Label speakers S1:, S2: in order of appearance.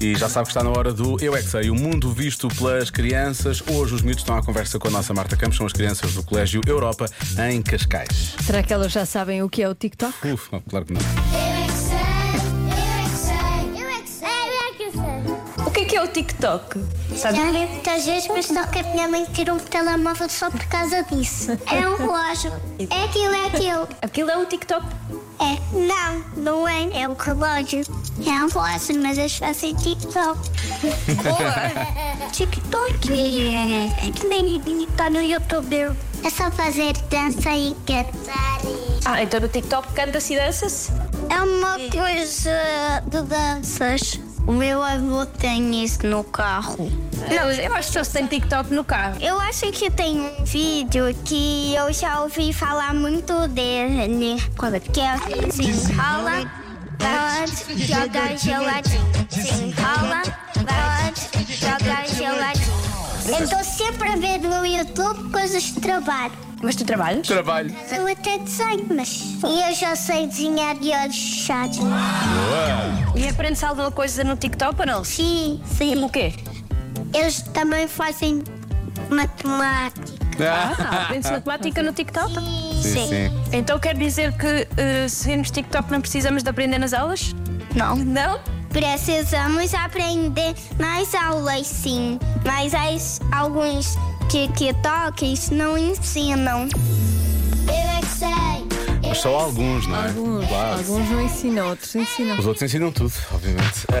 S1: E já sabe que está na hora do Eu É Que Sei, o mundo visto pelas crianças. Hoje os miúdos estão à conversa com a nossa Marta Campos, são as crianças do Colégio Europa, em Cascais.
S2: Será que elas já sabem o que é o TikTok?
S1: Uf, não, claro que não.
S3: Eu é que sei, eu é que sei, eu é que sei, eu é que sei.
S4: O que é que é o TikTok?
S3: Já vi muitas vezes, mas não que a minha mãe tirou um telemóvel só por causa disso. É um relógio. É aquilo, é aquilo.
S4: Aquilo é um TikTok.
S3: É, não, não é. É um relógio. É um relógio, mas eu faço TikTok. TikTok. É que nem tá no YouTube. É só fazer dança e cantar e...
S4: Ah, então no TikTok canta-se e dança-se?
S3: É uma coisa de danças. O meu avô tem isso no carro.
S4: Não, eu acho que só se tem TikTok no carro.
S3: Eu acho que tem um vídeo que eu já ouvi falar muito dele. Qual é que é? Se enrola, vai onde, joga geladinho. Se enrola, vai onde, joga geladinho. Eu estou sempre a ver no YouTube coisas de trabalho.
S4: Mas tu trabalhas?
S1: Trabalho.
S3: Eu até desenho, mas. E eu já sei desenhar de olhos fechados.
S1: Ah.
S4: E aprendes alguma coisa no TikTok ou não?
S3: Sim,
S4: Tipo
S3: sim.
S4: o quê?
S3: Eles também fazem matemática.
S4: Ah, aprendes matemática no TikTok?
S1: Sim, sim.
S4: Então quer dizer que eh, se sermos TikTok não precisamos de aprender nas aulas?
S3: Não.
S4: Não?
S3: Precisamos aprender mais aulas, sim. Mas há es- alguns TikToks não ensinam. Eu é que sei.
S1: Mas só alguns, não é?
S2: Alguns,
S1: Claro.
S2: alguns não ensinam, outros ensinam.
S1: Os outros ensinam tudo, obviamente.